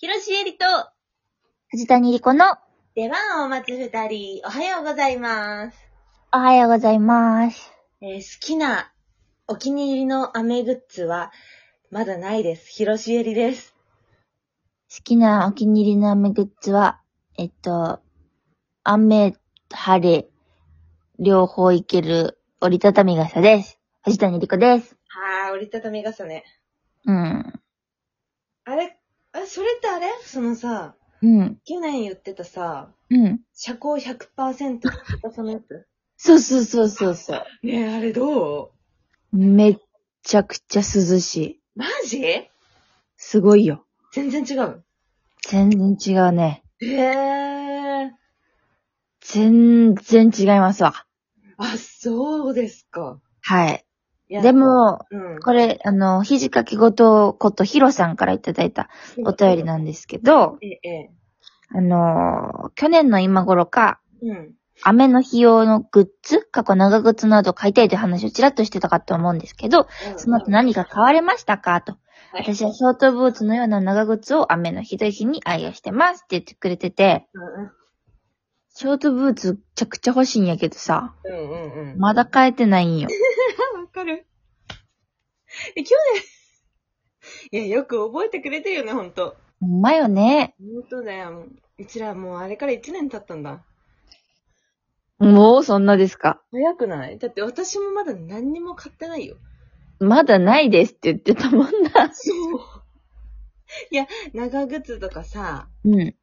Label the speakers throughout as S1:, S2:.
S1: 広しえりと、
S2: 藤谷莉子の
S1: 出番を待つ二人、おはようございます。
S2: おはようございます。
S1: えー好きな、お気に入りの雨グッズは、まだないです。広しえりです。
S2: 好きなお気に入りの雨グッズは、えっと、雨、晴れ、両方いける折りたたみ傘です。藤谷莉子です。
S1: はー、折りたたみ傘ね。
S2: うん。
S1: あれ、あ、それってあれそのさ、
S2: うん。
S1: 去年言ってたさ、
S2: うん。
S1: 車高100%の傘のやつ。
S2: そうそうそうそうそう。
S1: ねえ、あれどう
S2: めっちゃくちゃ涼しい。
S1: マジ
S2: すごいよ。
S1: 全然違う。
S2: 全然違うね。
S1: へえ。
S2: 全然違いますわ。
S1: あ、そうですか。
S2: はい。
S1: いや
S2: で、も、
S1: うん。
S2: これ、あの、ひじかきごとことひろさんからいただいたお便りなんですけど、
S1: ええ、え
S2: あのー去年の今頃か、
S1: え。うん。
S2: 雨の日用のグッズ、過去長靴など買いたいという話をちらっとしてたかと思うんですけど、その後何か買われましたかと。
S1: はい
S2: 私はショートブーツのような長靴を雨のひどい日に愛用してますって言ってくれてて、
S1: う
S2: ショートブーツめちゃくちゃ欲しいんやけどさ、
S1: んうんうんうん。
S2: まだ買えてないんよ。
S1: わかる。え、去年。いや、よく覚えてくれてるよね、ほんと。
S2: ほんまよね。
S1: ほんとだよ。うちらもうあれから1年経ったんだ。
S2: もうそんなですか。
S1: 早くないだって私もまだ何にも買ってないよ。
S2: まだないですって言ってたもんな。
S1: そう。いや、長靴とかさ、
S2: うん。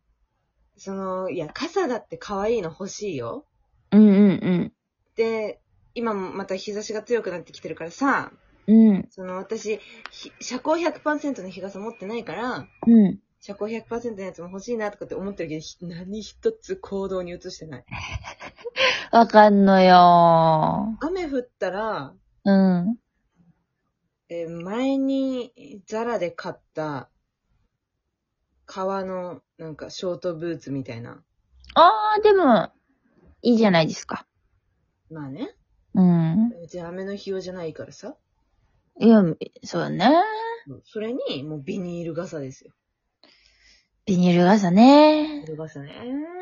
S1: その、いや、傘だって可愛いの欲しいよ。
S2: うんうん
S1: で、今もまた日差しが強くなってきてるからさ、
S2: うん。うん。
S1: その私、ひ車高100%の日傘持ってないから、
S2: うん。
S1: 車高100%のやつも欲しいなとかって思ってるけど、ひ何一つ行動に移してない。
S2: わかんのよ
S1: 雨降ったら、
S2: ー。うん。
S1: えー前にザラで買った、革の、なんか、ショートブーツみたいな。
S2: あー、でも、いいじゃないですか。
S1: まあね。
S2: うん。
S1: うち雨の日用じゃないからさ。
S2: いや、そうね。
S1: それに、もうビニール傘ですよ。
S2: ビニール傘
S1: ビニ
S2: ね。
S1: ール傘ね。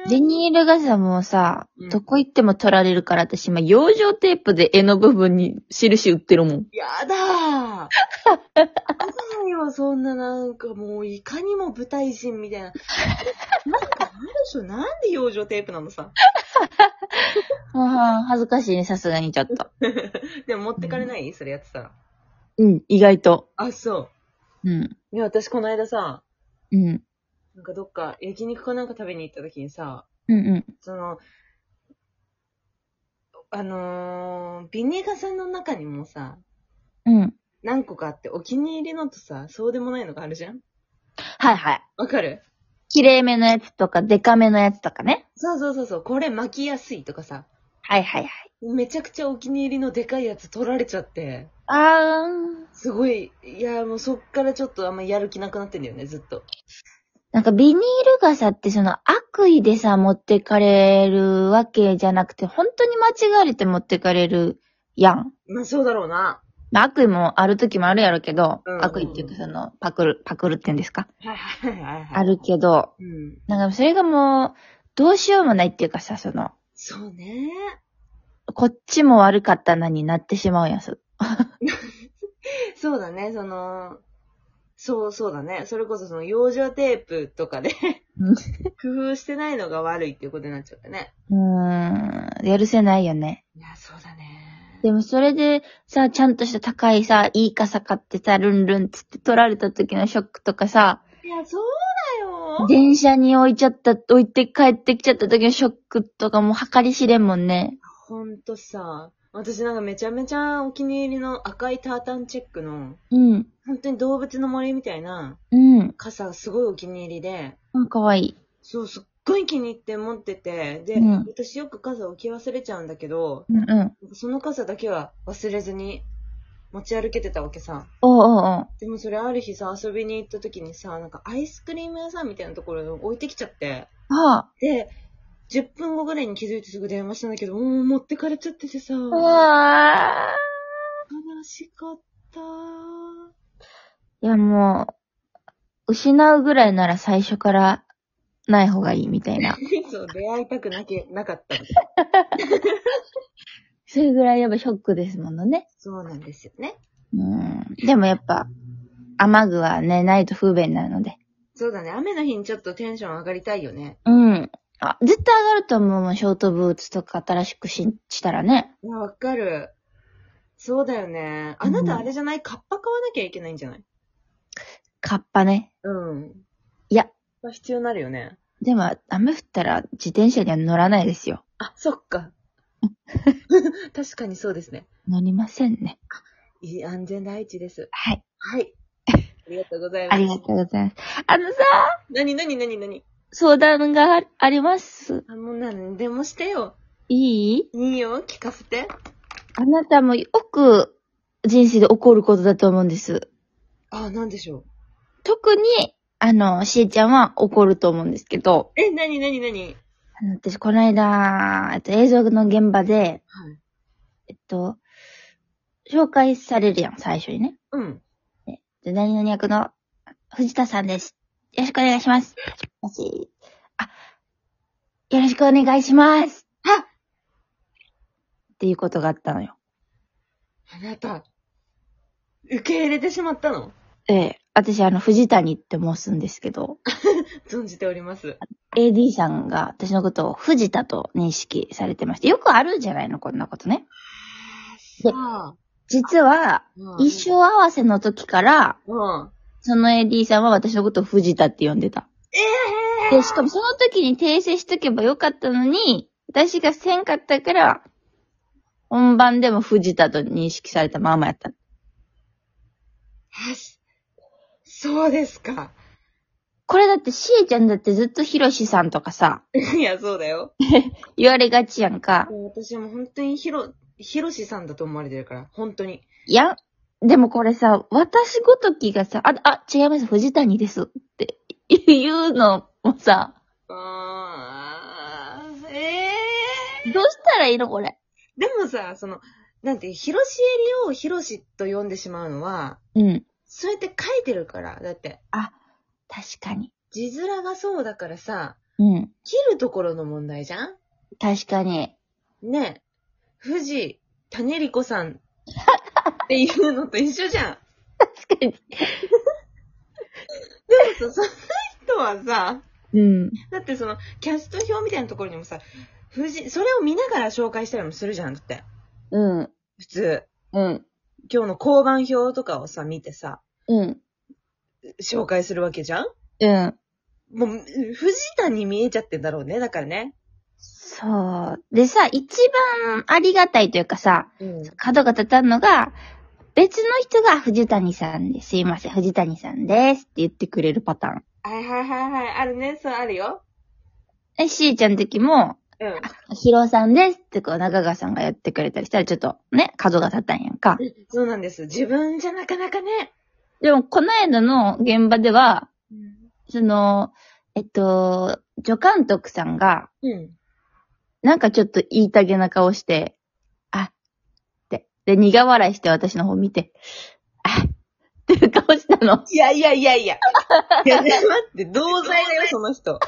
S2: ビニール傘もさ
S1: うん、
S2: どこ行っても取られるから私今、養生テープで絵の部分に印売ってるもん。
S1: やだーあないよ、そんななんかもう、いかにも舞台人みたいな。なんかあるでしょなんで養生テープなのさ。
S2: あー恥ずかしいね、さすがにちょっと。
S1: でも持ってかれない、それやってたら。
S2: うん、意外と。
S1: あ、そ
S2: うん。
S1: う。いや、私この間さ、
S2: うん。
S1: なんかどっか焼肉かなんか食べに行った時にさ、
S2: うんうん。
S1: その、あのー、ビニガさんの中にもさ、
S2: うん。
S1: 何個かあってお気に入りのとさ、そうでもないのがあるじゃん
S2: はいはい。
S1: わかる
S2: 綺麗めのやつとか、デカめのやつとかね。
S1: そうそうそうそう、これ巻きやすいとかさ、
S2: はいはいはい。
S1: めちゃくちゃお気に入りのでかいやつ取られちゃって、
S2: あー。
S1: すごい、いや、もうそっからちょっとあんまやる気なくなってんだよね、ずっと。
S2: なんかビニール傘ってその悪意でさ、持ってかれるわけじゃなくて、本当に間違われて持ってかれるやん。
S1: まあそうだろうな。
S2: まあ悪意もある時もあるやろうけど、
S1: うん
S2: 悪意っていうかその、パクる、パクるって言うんですか、
S1: はいはいはいはい。
S2: あるけど、
S1: うん。
S2: なんかそれがもう、どうしようもないっていうかさ、その、
S1: そうね。
S2: こっちも悪かったなになってしまうやつ。
S1: そうだね、その、そうそうだね。それこそその、養生テープとかで
S2: うん、
S1: 工夫してないのが悪いっていうことになっちゃったね。
S2: うーん、許せないよね。
S1: いや、そうだね。
S2: でもそれでさ、ちゃんとした高いさ、いい傘買ってさ、ルンルンつって取られた時のショックとかさ、
S1: いや、そうだよ。
S2: 電車に置いちゃった、置いて帰ってきちゃった時のショックとかも計り知れんもんね。
S1: ほんとさ、私なんかめちゃめちゃお気に入りの赤いタータンチェックの、
S2: うん。
S1: 本当に動物の森みたいな
S2: うん。
S1: 傘がすごいお気に入りで、
S2: あかわいい。
S1: そう、すっごい気に入って持ってて、で、
S2: うん
S1: 私よく傘置き忘れちゃうんだけど、
S2: うんうん。
S1: その傘だけは忘れずに持ち歩けてたわけさ。
S2: おうおうおう。
S1: でもそれある日さ、遊びに行った時にさ、なんかアイスクリーム屋さんみたいなところに置いてきちゃって、
S2: あ
S1: で、10分後ぐらいに気づいてすぐ電話したんだけど、もう持ってかれちゃっててさ、
S2: あ。うわあ。
S1: 悲しかった。
S2: いやもう、失うぐらいなら最初からない方がいいみたいな。
S1: そう、出会いたくなけ、なかった。
S2: それぐらいやっぱショックですものね。
S1: そうなんですよね。
S2: うん。でもやっぱ、雨具はね、ないと不便なので。
S1: そうだね。雨の日にちょっとテンション上がりたいよね。
S2: うん。あ、絶対上がると思うもん、ショートブーツとか新しくししたらね。
S1: いや、わかる。そうだよね。あなたあれじゃない、カッパ買わなきゃいけないんじゃない
S2: カッパね。
S1: うん。
S2: いや。
S1: が必要になるよね。
S2: でも、雨降ったら自転車には乗らないですよ。
S1: あ、そっか。 確かにそうですね。
S2: 乗りませんね。
S1: いい安全第一です。
S2: はい。
S1: はい。ありがとうございます。
S2: ありがとうございます。あのさ、
S1: 何何何何
S2: 相談がああります。
S1: あ、もう何でもしてよ。
S2: いい
S1: いいよ、聞かせて。
S2: あなたもよく人生で起こることだと思うんです。
S1: あ、なんでしょう。
S2: 特に、あの、しえちゃんは怒ると思うんですけど、
S1: え、何何何
S2: あの、私、この間、えっと、映像の現場で、
S1: はい。
S2: えっと、紹介されるやん、最初にね。
S1: うん。
S2: で、何々役の藤田さんです。よろしくお願いします。もし、あ、よろしくお願いします。
S1: あ
S2: っていうことがあったのよ。
S1: あなた、受け入れてしまったの
S2: ええ、私、あの、藤谷って申すんですけど、
S1: 存じております。
S2: AD さんが私のことを藤田と認識されてまして、よくあるんじゃないのこんなことね。
S1: さあ、
S2: 実は、
S1: うん
S2: 衣装合わせの時から、
S1: うん。
S2: その AD さんは私のことを藤田って呼んでた。
S1: ええ
S2: で、しかもその時に訂正しとけばよかったのに、私がせんかったから、本番でも藤田と認識されたままやった。
S1: はしそうですか。
S2: これだって、しえちゃんだってずっとひろしさんとかさ、
S1: いや、そうだよ。
S2: 言われがちやんか。
S1: 私も本当にひろ、ひろしさんだと思われてるから、本当に。
S2: いや、でもこれさ、私ごときがさ、あ、あ、違います、藤谷ですって言うのもさ、
S1: あー、ええ
S2: どうしたらいいのこれ。
S1: でもさ、その、なんて、ひろしえりをひろしと呼んでしまうのは、
S2: うん。
S1: そうやって書いてるから、だって、
S2: 確かに。
S1: 字面がそうだからさ、
S2: うん。
S1: 切るところの問題じゃん
S2: 確かに。
S1: ねえ、藤種理子さんっていうのと一緒じゃ ん。
S2: 確かに。
S1: でもさ、その人はさ、
S2: うん。
S1: だってその、キャスト表みたいなところにもさ、藤、それを見ながら紹介したりもするじゃん、だって。
S2: うん。
S1: 普通。
S2: うん。
S1: 今日の交番表とかをさ、見てさ、
S2: うん。
S1: 紹介するわけじゃん
S2: うん。
S1: もう、藤田に見えちゃってんだろうね、だからね。
S2: そう。でさ、一番ありがたいというかさ、
S1: うん。
S2: 角が立たんのが、別の人が藤谷さんですいません、藤谷さんですって言ってくれるパターン。
S1: はいはいはいはい、あるね、そうあるよ。
S2: え、しーちゃんの時も、
S1: うん。
S2: ヒロさんですってこう、中川さんがやってくれたりしたら、ちょっとね、角が立たんやんか。
S1: そうなんです。自分じゃなかなかね。
S2: でも、この間の現場では、
S1: うん。
S2: その、えっと、助監督さんが、
S1: うん。
S2: なんかちょっと言いたげな顔して、あ、って。で、苦笑いして私の方見て、あ、っていう顔したの。
S1: いやいやいやいや。いや、待って、同罪だよ、その 人。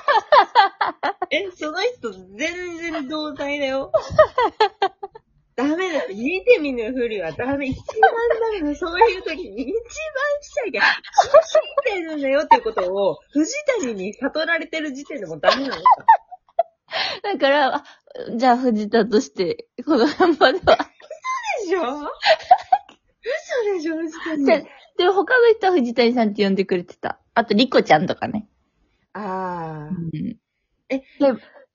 S1: え、その人、全然同罪だよ。ダメだ。見て見ぬふりはダメ。一番ダメだ。そういう時に一番しちゃいけない。聞いてるんだよっていうことを、藤谷に悟られてる時点でもうダメなのか。
S2: だから、あじゃあ藤田として、この頑張では。
S1: でしょ嘘でしょ、藤
S2: じゃあ
S1: 谷。
S2: でも他の人は藤谷さんって呼んでくれてた。あと、リコちゃんとかね。
S1: あー。
S2: うん。
S1: え
S2: で、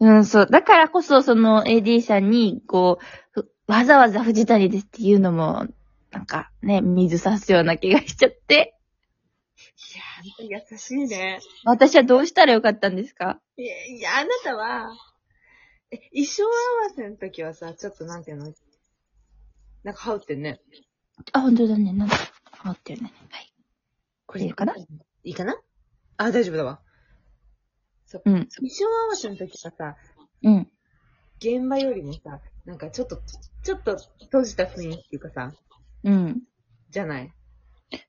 S2: うん、そう。だからこそ、その AD さんに、こう、ふわざわざ藤谷ですっていうのも、なんかね、水差すような気がしちゃって、
S1: いや、優しいね。
S2: 私はどうしたらよかったんですか
S1: いや、いや、あなたは、え、衣装合わせの時はさ、ちょっとなんていうのなんか羽織ってんね。
S2: あ、本当だね。なんか、持ってるね。はい。
S1: こ
S2: れいいかない
S1: いかなあ、大丈夫だわ。そう。
S2: うん。
S1: 衣装合わせの時はさ、
S2: うん。
S1: 現場よりもさ、なんかちょっと、ちょっと閉じた雰囲気っていうかさ、
S2: うん。
S1: じゃない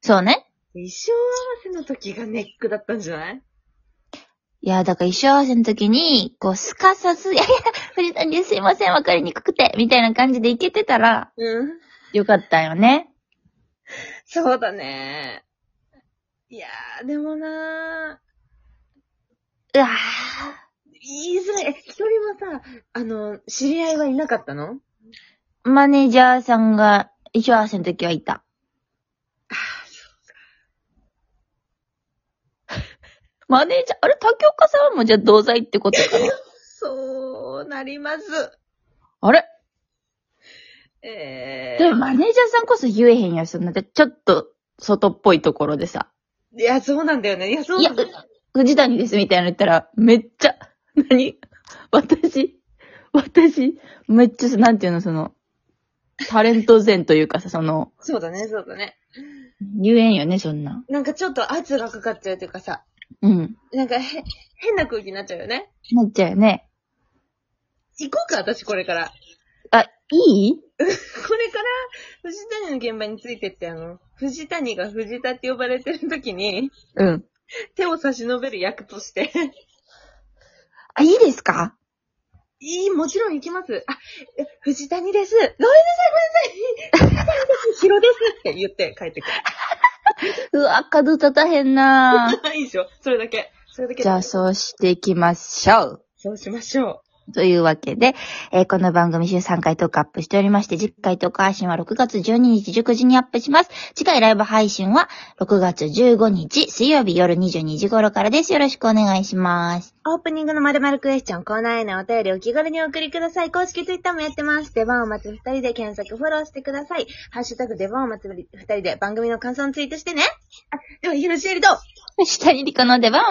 S2: そうね。
S1: 衣装合わせの時がネックだったんじゃない
S2: いや、だから衣装合わせの時に、こう、すかさず、いやいや、藤谷ですいません、わかりにくくて、みたいな感じでいけてたら、
S1: うん。
S2: よかったよね。
S1: そうだね。いやー、でもなー、
S2: うわぁ。
S1: 言いづらい。え一人はさ、あの、知り合いはいなかったの
S2: マネージャーさんが衣装合わせの時はいた。
S1: あ
S2: マネージャー、あれ、竹岡さんもじゃあ同罪ってことかな
S1: そうなります。
S2: あれ
S1: え
S2: でもマネージャーさんこそ言えへんやし、なんかちょっと外っぽいところでさ、
S1: ー、いや、そうなんだよね。いや、そう
S2: いや、
S1: なんだ
S2: う藤谷ですみたいなの言ったら、めっちゃ、何 私、私、めっちゃ、なんていうの、その、タレント前というかさ、その、
S1: そうだね、そうだね。
S2: 言えんよね、そんな。
S1: なんかちょっと圧がかかっちゃうというかさ、
S2: うん。
S1: なんかへ、変な空気になっちゃうよね。
S2: なっちゃうよね。
S1: 行こうか、私これから。
S2: あ、いい
S1: これから、藤谷の現場についてって、あの、藤谷が藤田って呼ばれてる時に、
S2: うん。
S1: 手を差し伸べる役と して。
S2: あ、いいですか
S1: いい、もちろん行きます。あ、え藤谷です。ごめんなさい、ごめんなさい。藤谷です。ヒロですって言って帰ってく
S2: うわ、角立たへんな ぁ。
S1: る。いいでしょそれだけ。それだけ。
S2: じゃあ、そうしていきましょう。
S1: そうしましょ
S2: というわけで、えーこの番組週3回トークアップしておりまして、次回トーク配信は6月12日19時にアップします。次回ライブ配信は6月15日水曜日夜22時頃からです。よろしくお願いします
S1: う。。オープニングのまるまるクエスチョン、コーナーへのお便りお気軽にお送りください。公式ツイッターもやってます。出番を待つ二人で検索フォローしてください。ハッシュタグ出番を待つ二人で番組の感想をツイートしてね。あ、では、広しえりと。
S2: 下にリコの出番を